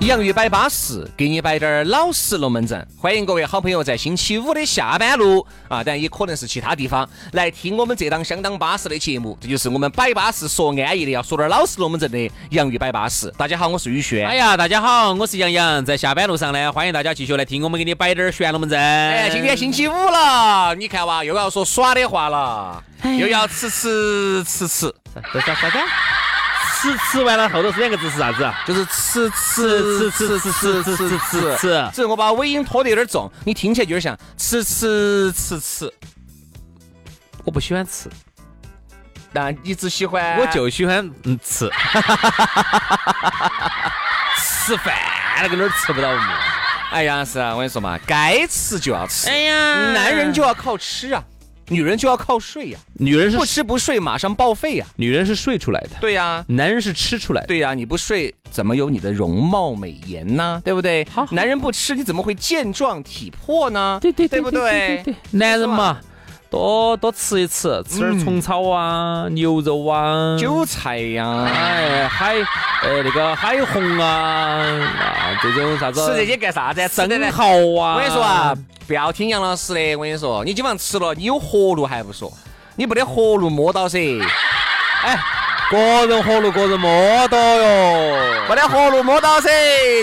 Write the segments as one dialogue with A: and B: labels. A: 洋芋摆巴适，给你摆点儿老实龙门阵。欢迎各位好朋友在星期五的下班路啊，但也可能是其他地方来听我们这档相当巴适的节目。这就是我们摆巴适、说安逸的，要说点儿老实龙门阵的洋芋摆巴适。大家好，我是宇轩。
B: 哎呀，大家好，我是杨洋，在下班路上呢，欢迎大家继续来听我们给你摆点儿玄龙门阵。
A: 哎，今天星期五了，你看哇，又要说耍的话了，又要吃吃吃吃，
B: 这啥啥子？吃吃完了后头是两个字是
C: 啊
B: 啥子？
A: 就是吃吃吃吃吃吃吃吃吃。只是我把尾音拖得有点重，你听起来有点像吃吃吃吃。
B: 我不喜欢吃，
A: 那你只喜欢
B: 我就喜欢 嗯吃，吃饭那个哪儿吃不到嘛？
A: 哎，杨老师啊，我跟你说嘛，该吃就要吃，
B: 哎呀
A: 男人就要靠吃啊，女人就要靠睡呀、
B: 女人
A: 不
B: 是
A: 吃不睡马上报废呀、
B: 女人是睡出来的，
A: 对呀、
B: 男人是吃出来的。
A: 对呀、你不睡怎么有你的容貌美颜呢？对不对？
B: 好好
A: 男人不吃你怎么会健壮体魄呢？对不对？
B: 男人嘛，多多吃一吃，吃
A: 嗯
B: 点儿虫草啊、牛肉啊、
A: 韭菜呀、
B: 哎，海，呃，那个海虹啊，啊，这种啥子
A: 吃这些干啥子？吃的呢
B: 生蚝啊，
A: 我跟你说啊，，不要听杨老师的。我跟你说，你今晚吃了，你有活路还不说，你没得活路摸到噻，
B: 个人活路个人摸到 哟，
A: 没得活路摸到噻，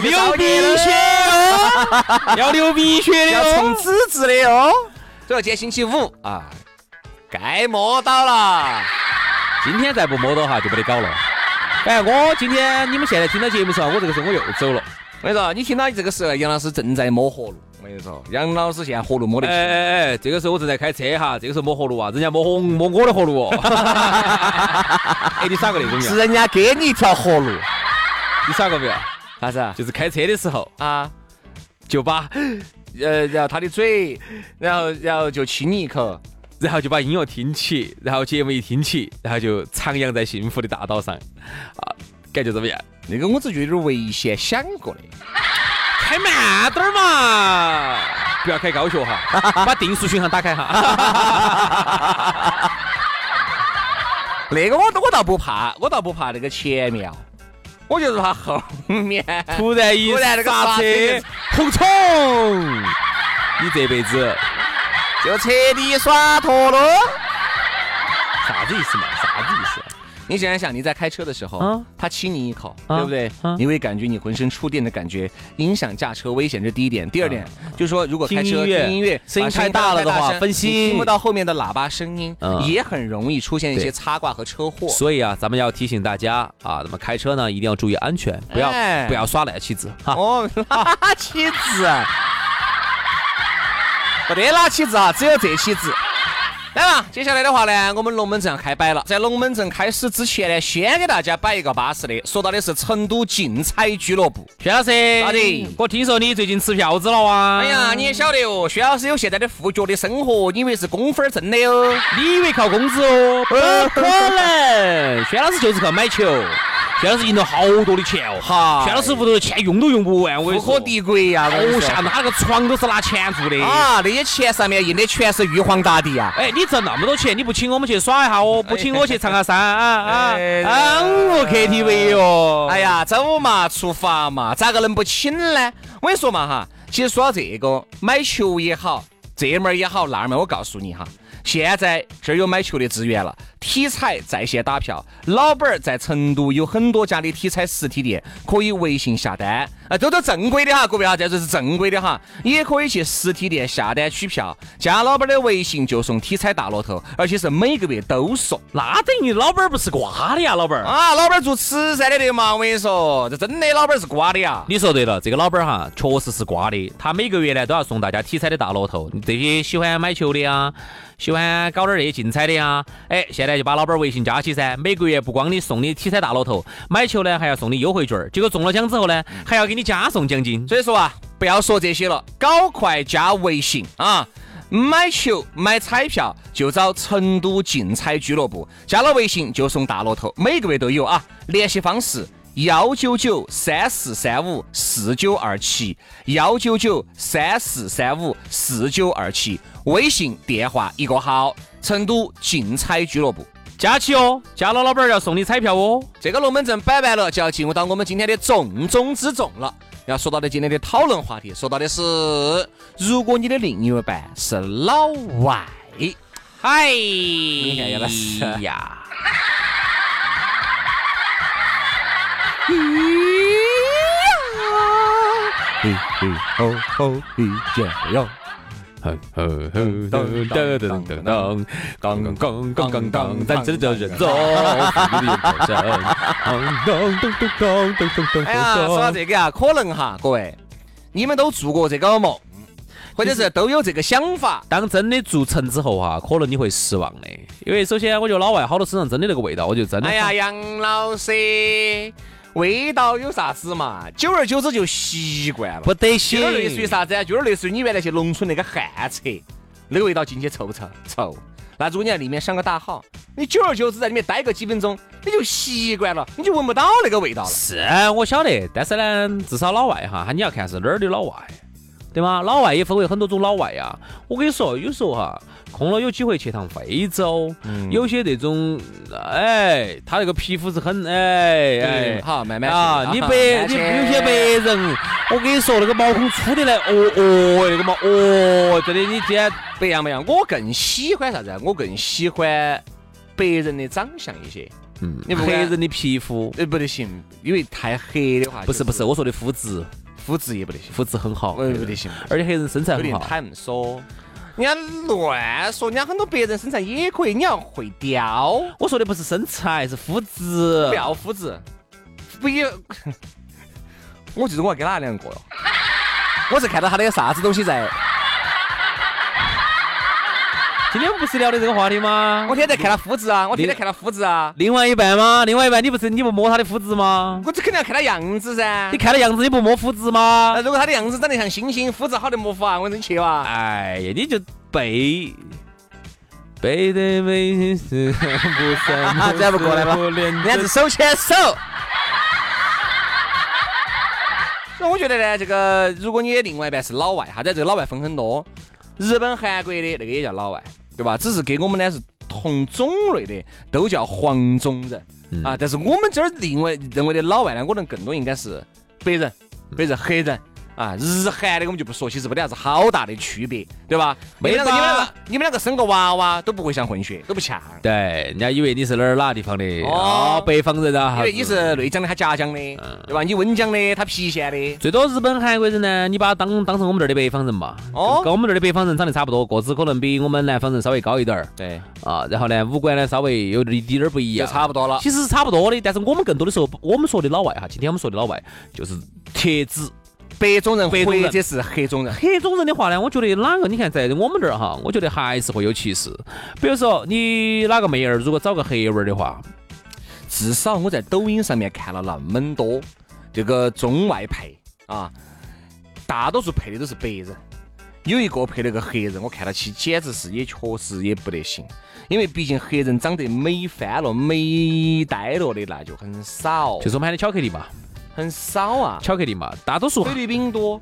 A: 就
B: 流
A: 遭
B: 鼻
A: 孽了
B: 血哦，要流鼻血的
A: 要
B: 哦
A: 从。资质的哦。所以说今天星期五啊，该摸到了。
B: 今天再不摸到哈，就没得搞了。哎，我今天你们现在听到节目时候，我这个时候我又走了。
A: 我跟你说，你听到这个时候，杨老师正在摸活路。我跟你说，杨老师现在活路摸得
B: 哎
A: 清。
B: 哎哎，这个时候我正在开车哈，这个时候摸活路啊，人家摸红摸我的活路哦。哎，你耍过那种没有
A: 是？人家给你一条活路，
B: 你耍过没有？
A: 啥子啊？
B: 就是开车的时候，
A: 啊，就把，呃，然后他的嘴，然后然后就亲你一口，
B: 然后就把音乐听起，然后节目一听起，然后就徜徉在幸福的大道上，啊，感觉怎么样？
A: 那个我只觉得有点危险，想过的。
B: 开慢点儿嘛，不要开高速哈，把定速巡航打开哈。
A: 那个我我倒不怕，我倒不怕那个前面啊，我就是怕后面。
B: 突然一
A: 突然那个
B: 刹
A: 刹
B: 车
A: 车，
B: 轰冲！你这辈子
A: 就彻底耍脱了。
B: 啥子意思嘛？啥子意思？
A: 你想一想，你在开车的时候，
B: 啊
A: 他亲你一口，
B: 啊
A: 对不对？
B: 啊
A: 你会感觉你浑身触电的感觉，影响驾车危险，这是第一点。第二点、就是说，如果开
B: 啊听
A: 车
B: 音乐
A: 听音乐，
B: 声音
A: 把
B: 太大了的话
A: 开
B: 分心
A: 你听不到后面的喇叭声音，
B: 嗯
A: 也很容易出现一
B: 对
A: 些擦挂和车祸。
B: 所以啊，咱们要提醒大家啊，那么开车呢一定要注意安全，不要
A: 哎
B: 不要耍赖妻子哈。
A: 哦，拉起子，不得拉起子啊，只有这起子。来嘛，接下来的话呢，我们龙门阵要开摆了。在龙门阵开始之前呢，先给大家摆一个巴适的，说到的是成都竞彩俱乐部。
B: 薛老师，
A: 咋的
B: 我听说你最近吃票子了哇？
A: 哎呀，你也晓得哦，薛老师有现在的富脚的生活，你以为是工分儿挣的哦？
B: 你以为靠工资 哦？不可能！薛老师就是靠买球，薛老师赢了好多的钱哦。
A: 哈
B: 薛老师屋头的钱用都用不完，我
A: 富可敌国呀！我跟
B: 哦，
A: 你
B: 下
A: 说
B: 那个床都是拿钱做的。
A: 啊，那些钱上面印的全是玉皇大帝啊呀！
B: 哎，你挣那么多钱，你不请我们去耍一下哦？不请我去唱下山啊啊
A: 哎
B: 啊！五 KTV 哦！
A: 哎，呀，走嘛，出发嘛，咋个能不请呢？我跟你说嘛哈，其实说到这个买球也好，这门儿也好，那门儿，我告诉你哈，现在这儿有买球的资源了，体彩在线打票，老板儿在成都有很多家的体彩实体店，可以微信下单啊，都都正规的哈，各位哈，啊这都是正规的哈，也可以去实体店下单取票，加老板儿的微信就送体彩大乐透，而且是每个月都送。
B: 那等于老板儿不是瓜的呀，老板儿。
A: 啊，老板儿做慈善的对嘛？我跟你说，这真的老板儿是瓜的呀。
B: 你说对了，这个老板儿哈，确实是瓜的。他每个月呢都要送大家体彩的大乐透，这些喜欢买球的呀，喜欢搞点儿这些竞彩的呀，哎，现在就把老板儿微信加起噻。每个月不光你送你体彩大乐透，买球呢还要送你优惠券儿，结果中了奖之后呢，还要给你加送奖金。
A: 所以说啊，不要说这些了，搞快加微信啊！买球买彩票就找成都竞彩俱乐部，加了微信就送大乐透，每个月都有啊。联系方式：幺九九三四三五四九二七，幺九九三四三五四九二七，微信电话一个号，成都竞彩俱乐部。
B: 加起哦，加了老板儿要送你彩票哦。
A: 这个龙门阵摆完了，就要进入到我们今天的重中之重了。要说到的今天的讨论话题，说到的是，如果你的另一半是老外，
B: 嗨，
A: 你看杨老师
B: 呀，噔噔噔噔噔噔噔噔，当当当当当，咱这的人走，
A: 哎呀，说到这个啊，可能哈，各位，你们都做过这个梦，或者是都有这个想法，
B: 当真的做成之后哈、可能你会失望的，因为首先我觉得老外好多身上真的那个味道，我觉得真的。
A: 哎呀，，杨老师，味道有啥子嘛？久而久之就习惯了。
B: 不得
A: 就
B: 行
A: 有，点类似于啥子啊？就有点类似于你原来去农村那个旱厕，那个味道进去臭不臭？臭。那如果你在里面上个大号，你久而久之在里面待个几分钟，你就习惯了，你就闻不到那个味道了。
B: 是，我晓得，但是呢，至少老外哈，你要看是哪儿的老外，对吗？老外也分为很多种老外呀。我跟你说，有时候哈，空了有机会去趟非洲，
A: 嗯
B: 有些那种，哎，他那个皮肤是很，哎哎。
A: 嗯好，慢慢去
B: 啊，你白，你有些白，
A: 慢慢去
B: 人，我跟你说，那个毛孔粗的来，哦哦，那个毛，哦，真的，你今天
A: 不一样不一样。我更喜欢啥子啊？我更喜欢白人的长相一些。
B: 嗯
A: 你不
B: 黑
A: 管
B: 人的皮肤，
A: 呃，不得行，因为太黑的话，
B: 不是不是，，我说的肤质，
A: 肤质也不得行，
B: 肤质很好，
A: 呃不得行，
B: 而且黑人身材
A: 有
B: 很
A: 点
B: 好，
A: 坦说，人家乱说，人家很多白人身材也可以，你要会雕，
B: 我说的不是身材，是肤质。
A: 不要肤质，不也，我就是我要跟哪两个哟？ 我是看到他的啥子东西在，
B: 今天不是聊的这个话题吗
A: 我？天天在看他肤质啊，我天天看他肤质啊，
B: 另外一半吗？另外一半，你不是你不摸他的肤质吗？
A: 我就肯定要看他样子噻
B: 你。看他样子，你不摸肤质
A: 那
B: 吗？
A: 如果他的样子长得像星星，肤质好得没法，我跟你去啊哇。
B: 哎呀，你就背背的背 是不三
A: 啊这还不过来吗人家是手牵手。 所以我觉得呢，这个如果你的另外一半是老外哈，在这个老外分很多，日本、韩国的那个也叫老外，对吧？只是跟我们呢是同种类的，都叫黄种人、啊。但是我们这儿另外认为的老外呢，我能更多应该是白人、白人、黑人。啊，日韩的我们就不说，其实没得啥子好大的区别，对吧？
B: 没
A: 你们两个，你们两
B: 吧
A: 个，你们两个生个娃娃都不会像混血，都不像。
B: 对，人家以为你是哪儿哪个地方的
A: 哦
B: 哦，北方人啊，嗯
A: 因为你是内江的，他夹江的，对吧？你温江的，他郫县的。
B: 最多日本、韩国人呢，你把他当当成我们这儿的北方人嘛，
A: 哦
B: 跟我们这儿的北方人长得差不多，个子可能比我们南方人稍微高一点儿
A: 对，
B: 啊，然后呢，五官呢稍微有一点点儿不一
A: 就
B: 样，
A: 差不多了。
B: 其实是差不多的，但是我们更多的时候，我们说的老外哈，今天我们说的老外就是特指
A: 白种人
B: 白种人
A: 或者是黑种人，
B: 黑种人的话呢，我觉得哪个你看在我们这儿哈，我觉得还是会有歧视。比如说你哪个妹儿，如果找个黑娃儿的话，
A: 至少我在抖音上面看了那么多这个中外配啊，大多数配的都是白人。有一个配了个黑人，我看到起简直是也确实也不得行，因为毕竟黑人长得美翻了、美呆了的那就很少，
B: 就是我们喊的巧克力嘛，
A: 很少啊。
B: 巧克力嘛，大多数
A: 菲律宾多，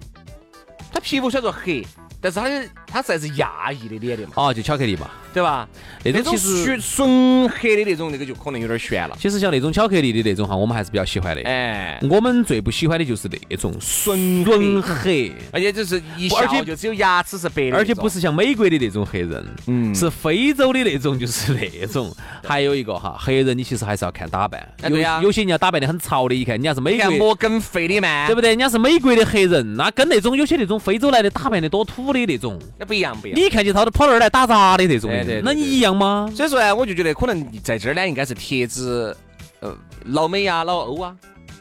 A: 他皮肤虽然说黑，但是它它实在是亚裔的脸的嘛，
B: 哦，就巧克力嘛，
A: 对吧？
B: 那
A: 啊
B: 种
A: 那种
B: 其实
A: 纯纯黑的那种，那个就可能有点悬了。
B: 其实像那种巧克力的那种哈，我们还是比较喜欢的。
A: 哎，
B: 我们最不喜欢的就是那种
A: 纯
B: 纯黑，
A: 而且就是一
B: 而且
A: 笑就只有牙齿是白的那种，
B: 而且不是像美国的那种黑人，
A: 嗯
B: 是非洲的那种，就是那种。还有一个哈，黑人你其实还是要看打扮，
A: 哎对呀
B: 有有些人家打扮的很潮的，一看人家是美
A: 你看
B: 国。
A: 摩根费里曼，
B: 对不对？人家是美国的黑人，那跟那种有些那种非洲来的打扮的多土的那种，
A: 那不一样不一样。
B: 你一看就他都跑那儿来打杂的那种
A: 对对对，
B: 那你一样吗？
A: 所以说呢，啊我就觉得可能在这儿呢，应该是贴子，呃，老美啊，老欧啊，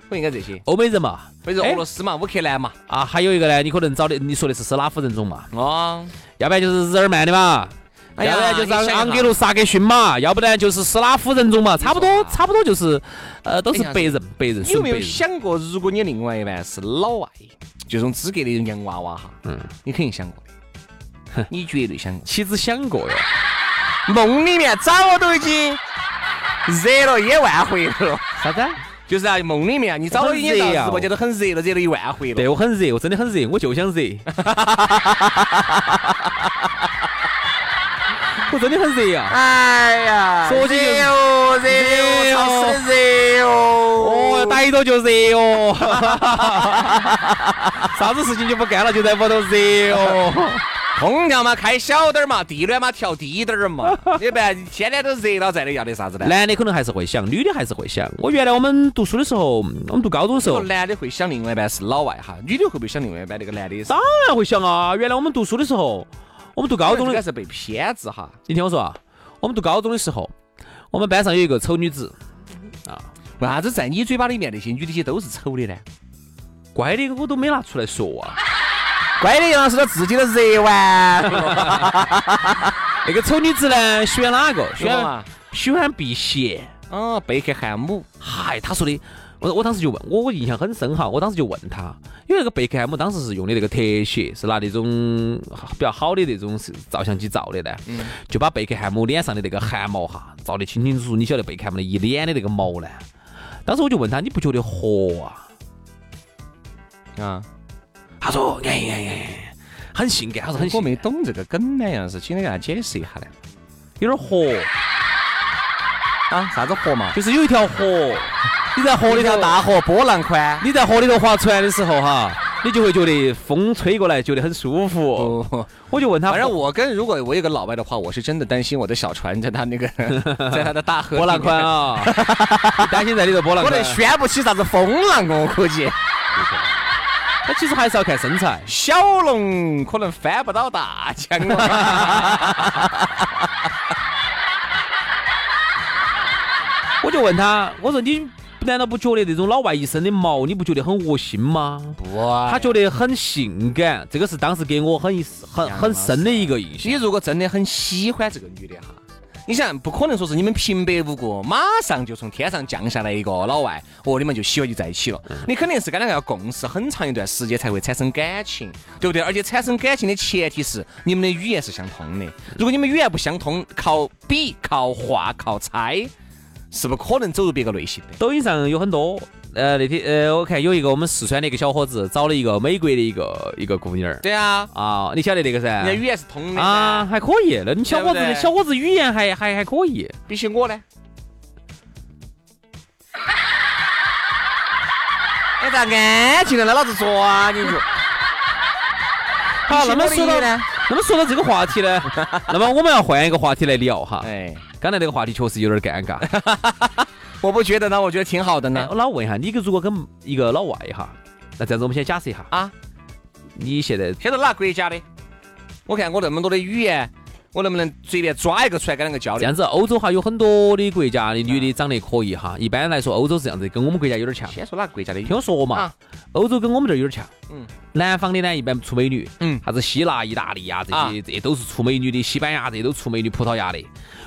A: 不应该这些，
B: 欧美人嘛，
A: 比如说
B: 哎
A: 俄罗斯嘛，乌克兰嘛，
B: 啊，还有一个呢，你可能找的你说的是斯拉夫人种嘛，
A: 哦，
B: 要不然就是日耳曼的嘛，
A: 哎呀
B: 要不然就
A: 你
B: 是
A: 想一下
B: 盎格鲁撒克逊嘛，要不然就是斯拉夫人种嘛，差不多差不多就是，呃，都是
A: 哎你想
B: 白人白人
A: 你有
B: 纯白
A: 没有
B: 人。
A: 想过，如果你另外一半是老外，就这种资格的洋娃娃哈，嗯，你肯定想过的，你绝对想过，
B: 妻子想过哟，
A: 梦里面早都已经热了一万回了。
B: 啥子？
A: 就是啊，梦里面啊，你早都已经
B: 很热
A: 到
B: 啊
A: 直播间都很热了，热了一万回了
B: 对。我很热，我真的很热，我就想 热。我真的很热啊呀、
A: 哎呀，
B: 说起就
A: 热哦，热哦，超死人热
B: 哦，
A: 哦！
B: 逮到就热 哦，啥子事情就不干了，就在屋头热 哦。
A: 空调嘛开小点儿嘛，地暖嘛调低点 儿嘛，要不然天天都热了在的，要的啥子呢？
B: 男的可能还是会想，女的还是会想。我原来我们读书的时候，嗯我们读高中的时
A: 这
B: 候
A: 个，男的会想另外一半是老外哈，女的会不会想另外一半那个男的？
B: 当然会想啊。原来我们读书的时候，我们读高中
A: 应该
B: 的，
A: 是被偏执哈。
B: 你听我说啊，我们读高中的时候，我们班上有一个丑女子，
A: 为啥子在你嘴巴里面那些女的些都是丑的呢？
B: 乖的我都没拿出来说啊。
A: 乖的杨是他自己都热完 了，
B: 那个丑女子呢，喜欢哪个？喜
A: 晓得
B: 欢
A: 嘛？
B: 喜欢避嫌。
A: 啊，贝克汉姆，
B: 嗨，他说的，我我当时就问我，我印象很深哈，我当时就问他，因为那个贝克汉姆当时是用的那个特写，是拿那种比较好的那种是照相机照的呢，
A: 嗯
B: 就把贝克汉姆脸上的那个汗毛哈照得清清楚楚，你晓得贝克汉姆的一脸的那个毛呢，当时我就问他，你不觉得活啊？
A: 啊，
B: 他说，哎哎哎，很性感，他说很
A: 我
B: 性感，
A: 没懂这个梗呢，杨是，请你给他解释一下呢。
B: 有点活，
A: 啊，啥子河嘛？
B: 就是有一条河，你在河
A: 河
B: 里
A: 里
B: 头
A: 头大河波浪宽。
B: 你在河里头划船的时候哈，你就会觉得风吹过来觉得很舒服。
A: 哦，
B: 我就问他，
A: 反正我跟如果我有个老外的话，我是真的担心我的小船在他那 个，在他的大 河
B: 波浪
A: 里面
B: 宽，啊，你担心在里头波浪
A: 可
B: 宽
A: 能。掀不起啥子风浪，我估计。
B: 那其实还是要看身材。
A: 小龙可能翻不到大江 了。
B: 我就问他，我说你难道不觉得这种老外一身的毛，你不觉得很恶心吗？
A: 不
B: 他觉得很性感，这个是当时给我很一很
A: 哎
B: 很深的一个印
A: 你
B: 象。
A: 如果真的很喜欢这个女的哈，你想不可能说是你们平白无故马上就从天上降下来一个老外，哦，你们就喜欢就在一起了，
B: 嗯
A: 你肯定是跟两个要共事很长一段时间才会产生感情，对不对？而且产生感情的前提是你们的语言是相通的，如果你们语言不相通，靠比、靠画、靠猜，是不可能走入别个内心的。
B: 抖音上有很多，呃，那天呃，我看有一个我们四川的一个小伙子找了一个美国的一个一个姑娘儿
A: 对啊，
B: 啊，你晓得那个噻？
A: 人家语言是通的
B: 啊，
A: 啊，
B: 还可以。那你小伙
A: 对不
B: 子，
A: 对
B: 小伙子语言还还还可以。
A: 比起 我呢。哎，咋安静了？那老子抓你 就。
B: 好，那么说到，
A: 呢？
B: 那么说到这个话题 呢，那么我们要换一个话题来聊哈。
A: 哎，
B: 刚才那个话题确实有点尴尬。
A: 我不觉得呢，我觉得挺好的
B: 哎
A: 呢。
B: 我老问一下，你如果跟一个老外哈，那这样子我们先假设一下
A: 啊，
B: 你现在
A: 现在哪个国家的？我看我那么多的语言，我能不能随便抓一个出来跟两个交
B: 这
A: 流？
B: 样子，欧洲哈有很多的国家的女的长得可以哈。
A: 啊
B: 一般来说，欧洲是这样子，跟我们国家有点像。
A: 先说哪个国家的语
B: 听我说嘛
A: 啊，
B: 欧洲跟我们这儿有点像。
A: 嗯
B: 南方的呢，一般出美女，
A: 嗯
B: 啥子希腊、意大利呀、
A: 啊
B: 这些，这些都是出美女的。西班牙这些都出美女，葡萄牙的，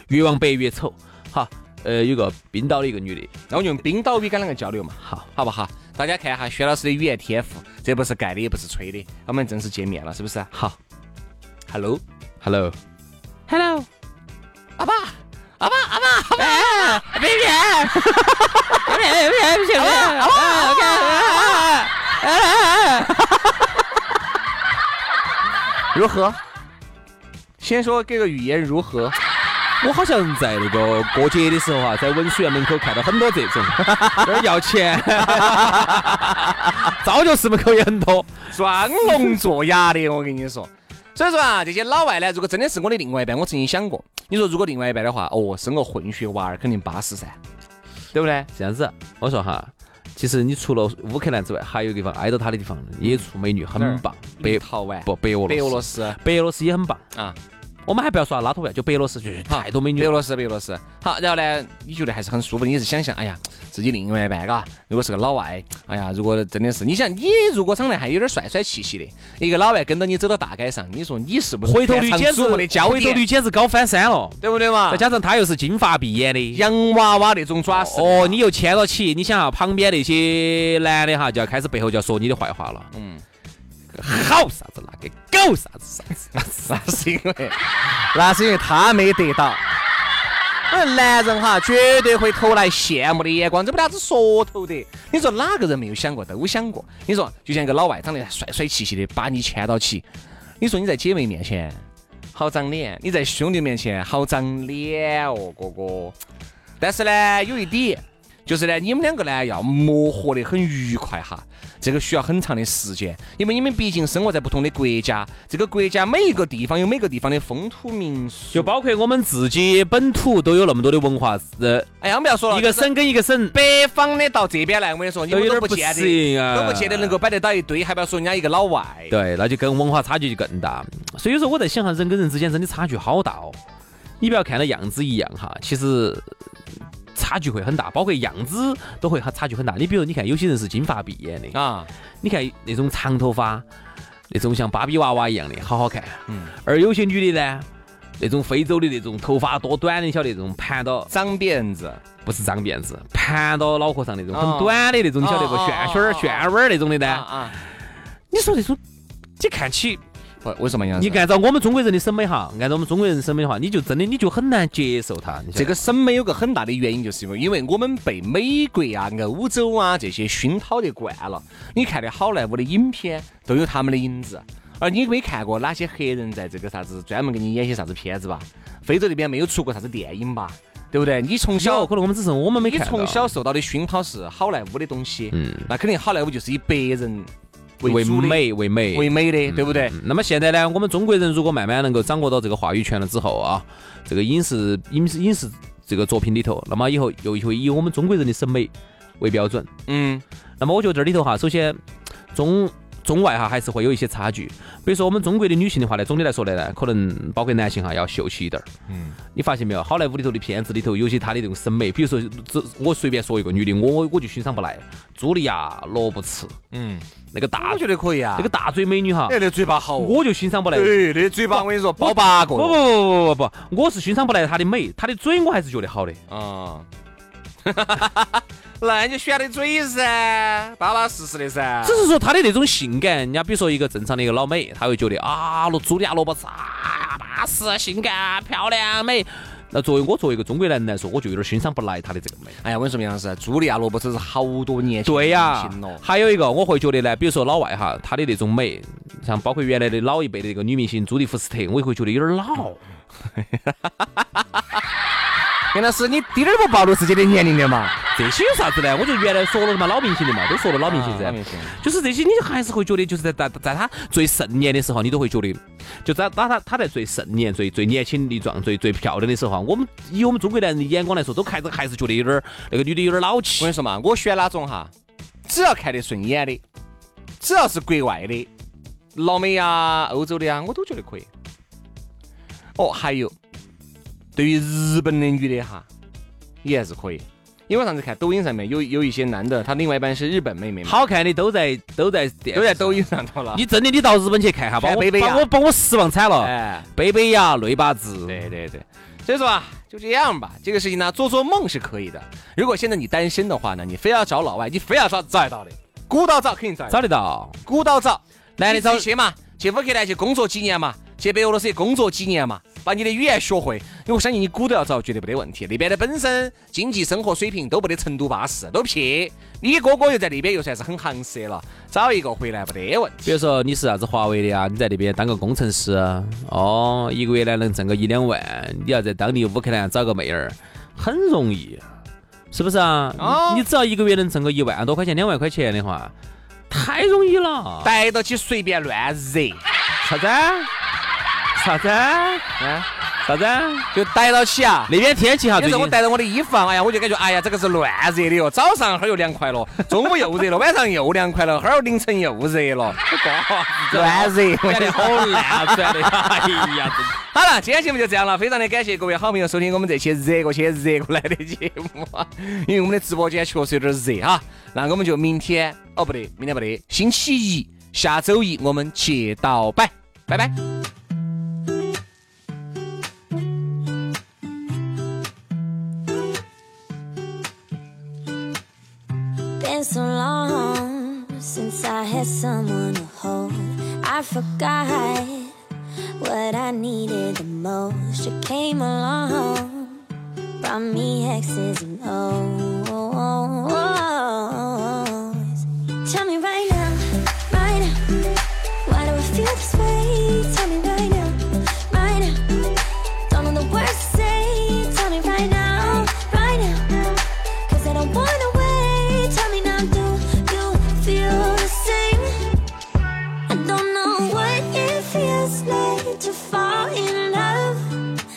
B: 越往北越丑。哈，呃，有个冰岛的一个女的，
A: 那我就用冰岛语跟两个交流嘛，
B: 好，
A: 好不好？大家看一下薛老师的语言天赋，这不是盖的，也不是吹的，我们正式见面了，是不是
B: 好
A: ？Hello，
B: ，Hello，
D: Hello，
A: 阿爸，阿爸，阿爸，阿爸，哎哎如何？先说这个语言如何？
B: 我好像在那个过节的时候啊，在文殊院门口看到很多这种，这儿要钱，造就寺门口也很多。
A: 装 聋作哑的，我跟你说。所以说啊，这些老外呢，如果真的是我的另外一半，我曾经想过，你说如果另外一半的话，哦，生个混血娃儿肯定巴适噻，对不对？
B: 这样子，我说哈，其实你除了乌克兰之外，还有一个地方挨着它的地方也出美女，
A: 哪儿
B: 很棒。北
A: 桃湾、
B: 不北俄
A: 白俄
B: 罗
A: 罗
B: 斯，
A: 斯
B: 北俄罗斯也很棒。
A: 啊，
B: 我们还不要说拉脱维亚，就北俄罗斯就是
A: 好
B: 太多美女
A: 白
B: 了。
A: 俄罗斯，白俄罗斯。好，然后呢，你觉得还是很舒服，你是想象，哎呀，自己另外一半，嘎，如果是个老外，哎呀，如果真的是，你想，你如果长得还有点帅帅气息的，一个老外跟着你走到大街上，你说你是不是
B: 回头率
A: 全场
B: 简直
A: 瞩目的焦
B: 回头率
A: 点？
B: 简直高翻山了。
A: 对不对嘛
B: 再？加上他又是金发碧眼的，
A: 洋娃娃那种爪式的
B: 哦，你又牵了起，你想啊，旁边那些男的哈，就要开始背后就要说你的坏话了。
A: 嗯，
B: 好啥子那个狗啥子啥子，
A: 那是因为，那是因为他没得到。哎男人哈，绝对会投来羡慕的眼光，这没得啥子说头的。你说哪个人没有想过？都想过。你说，就像一个老外，长得帅帅气气的，把你牵到起，你说你在姐妹面前好长脸，你在兄弟面前好长脸哦，哥哥。但是呢，有一点，就是呢，你们两个呢要磨合得很愉快哈，这个需要很长的时间，因为你们毕竟生活在不同的国家，这个国家每一个地方有每个地方的风土民俗。
B: 就包括我们自己本土都有那么多的文化，呃，
A: 哎呀，我们要说了，
B: 一个
A: 就是
B: 省跟一个省，
A: 北方的到这边来，我跟你说，你们
B: 都有
A: 都
B: 点
A: 不见
B: 不适
A: 得，
B: 应啊
A: 都不见得能够摆得到一堆，还不要说人家一个老外。
B: 对，那就跟文化差距就更大。所以有时候我在想哈，人跟人之间真的差距好大哦。你不要看到样子一样哈，其实差距会很大，包括样子都会差距很大。你比如你看，有些人是金发碧眼的，
A: 啊，
B: 你看那种长头发，那种像芭比娃娃一样的，好好看。
A: 嗯，
B: 而有些女的呢，那种非洲的那种头发多短的，你晓得那种盘到
A: 长辫子，
B: 不是脏辫子，盘到脑壳上那种
A: 哦
B: 很短的那种，你晓得不？
A: 哦哦
B: 旋旋儿、
A: 哦哦
B: 旋尾儿那种的
A: 啊
B: 呢？
A: 啊，
B: 你说这种，你看起，
A: 不啊为什么样？
B: 你按照我们中国人的审美哈，按照我们中国人审美的话，你就真的你就很难接受它。你晓得
A: 这个审美有个很大的原因，就是因为因为我们被美国啊、欧洲啊这些熏陶得惯了。你看的好莱坞的影片都有他们的影子，而你没看过哪些黑人在这个啥子专门给你演些啥子片子吧？非洲那边没有出过啥子电影吧？对不对？你从小
B: 有可能我们只是我们没
A: 你
B: 看到
A: 从小受到的熏陶是好莱坞的东西，
B: 嗯
A: 那肯定好莱坞就是以白人
B: 为
A: 主的
B: 美为美
A: 为美的，对不对？
B: 嗯那么现在呢，我们中国人如果慢慢能够掌握到这个话语权了之后啊，这个影视影视影视这个作品里头，那么以后又会以我们中国人的审美为标准。
A: 嗯，
B: 那么我觉得这里头哈，首先中中外哈还是会有一些差距。比如说我们中国的女性的话呢，总的来说呢，可能包括男性哈要秀气一点儿。嗯，你发现没有？好莱坞里头的片子里头，有些她的这种审美，比如说这我随便说一个女的，我我我就欣赏不来，茱莉亚·罗伯茨，
A: 嗯，
B: 那个大
A: 我觉得可以啊。
B: 那个大嘴美女哈
A: 哎，，那嘴巴好哦，
B: 我就欣赏不来。
A: 对，那嘴巴我跟你说，包八个
B: 不不不不不不，我是欣赏不来她的美，她的嘴我还是觉得好的。
A: 啊。那你就选的嘴噻，巴巴适适的噻
B: 只是说她的那种性感，人家比如说一个正常的一个老美，他会觉得啊，罗茱莉亚·罗伯茨啊，巴适、性感、漂亮、美。那作为我作为一个中国男人来说，我就有点欣赏不来她的这个美。
A: 哎呀，我跟你说，杨老师，茱莉亚·罗伯茨是好多年前
B: 对呀、
A: 的明星了
B: 还有一个我会觉得呢，比如说老外哈，她的那种美，像包括原来的老一辈的那个女明星朱迪·福斯特，我也会觉得有点老。
A: 杨老师，你滴点儿不暴露自己的年龄的嘛？
B: 这些有啥子呢？我就原来说了的嘛，老明星的嘛，都说了老明星噻。
A: 啊老明星
B: 就是这些，你还是会觉得，就是在在在他最盛年的时候，你都会觉得，就在他他他在最盛年、最最年轻力壮、最最漂亮的时候啊，我们以我们中国男人的眼光来说，都还是还是觉得有点儿那个女的有点儿老
A: 我跟
B: 气
A: 你。说嘛，我选哪种哈，只要看得顺眼的，只要是国外的，老美呀、欧洲的呀，我都觉得可以。哦，还有，对于日本的女的哈，也还是可以。因为我上次看抖音上面有有一些男的，他另外一半是日本妹妹嘛，
B: 好看的都在都在电
A: 都在
B: 视
A: 抖音上头了。
B: 你真的你到日本去看哈，把
A: 看
B: 我
A: 贝贝呀
B: 把我把我失望惨了。
A: 哎，
B: 贝贝呀，内八字。
A: 对对对，所以说啊，就这样吧。这个事情呢，做做梦是可以的。如果现在你单身的话呢，你非要找老外，你非要找找得到的，古道找肯定找得到。
B: 找得到。
A: 鼓捣找，
B: 男的找
A: 你自己去嘛，去乌克兰去工作几年嘛，去白俄罗斯工作几年嘛，把你的语言学会，因为我相信你鼓捣着绝对没得问题。那边的本身经济生活水平都不得成都巴适，都撇。你哥哥又在那边又算是很行色了，找一个回来没得问
B: 比
A: 题。
B: 如说你是啥子华为的啊，你在那边当个工程师，哦，一个月呢能挣个一两万，你要在当地乌克兰找个妹儿，很容易，是不是啊？
A: 哦
B: 你你只要一个月能挣个一万多块钱、两万块钱的话，太容易了。
A: 逮到起随便乱惹，
B: 啥子？啥子？
A: 啊，
B: 啥子？
A: 就逮到起啊。
B: 那边天气哈，
A: 有
B: 最
A: 时候
B: 近
A: 我带着我的衣服啊，哎呀，我就感觉，哎呀，这个是乱热的哟。早上哈儿又凉快了，中午又热了，晚上又凉快了，哈儿凌晨又 热了，乱热。
B: 感觉好烂转的，哎呀，
A: 好了，今天节目就这样了，非常的感谢各位好朋友收听我们这期热过去热过来的节目啊，因为我们的直播间确实有点热哈。那我们就明天，哦不对，明天不对，星期一下周一我们接到摆，拜拜。
E: Been so long since I had someone to hold. I forgot what I needed the most. You came along, brought me X's and O's. Tell me right now, right now, why do I feel this way? Tell me right now, right now, don't know the words to say. Tell me right now, right now. Cause I don't wanna wait. Tell me now, do you feel the same? I don't know what it feels like to fall in love.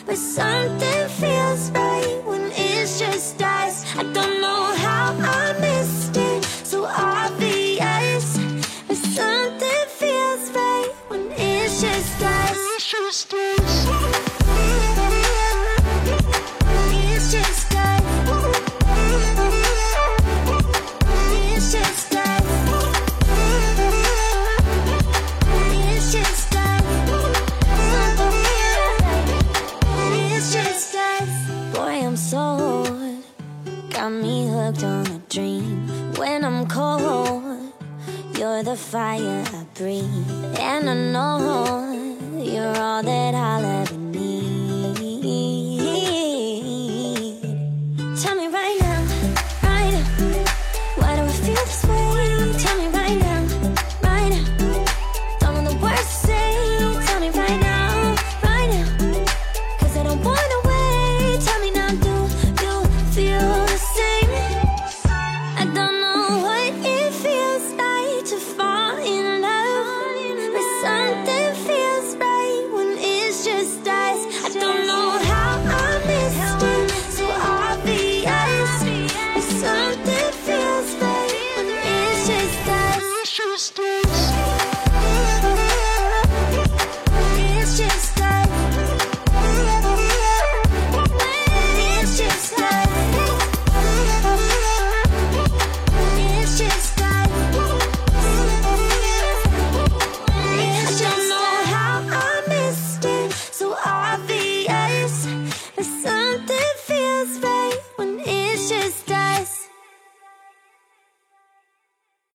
E: But something feels right when it's just us. I don't know how I missed it, so obvious. But something feels right when it's just us. It's just us. It's just us. It's just us. It's just us. Boy, I'm sold. Got me hooked on a dream. When I'm cold, you're the fire I breathe. And I know you're all that I'll ever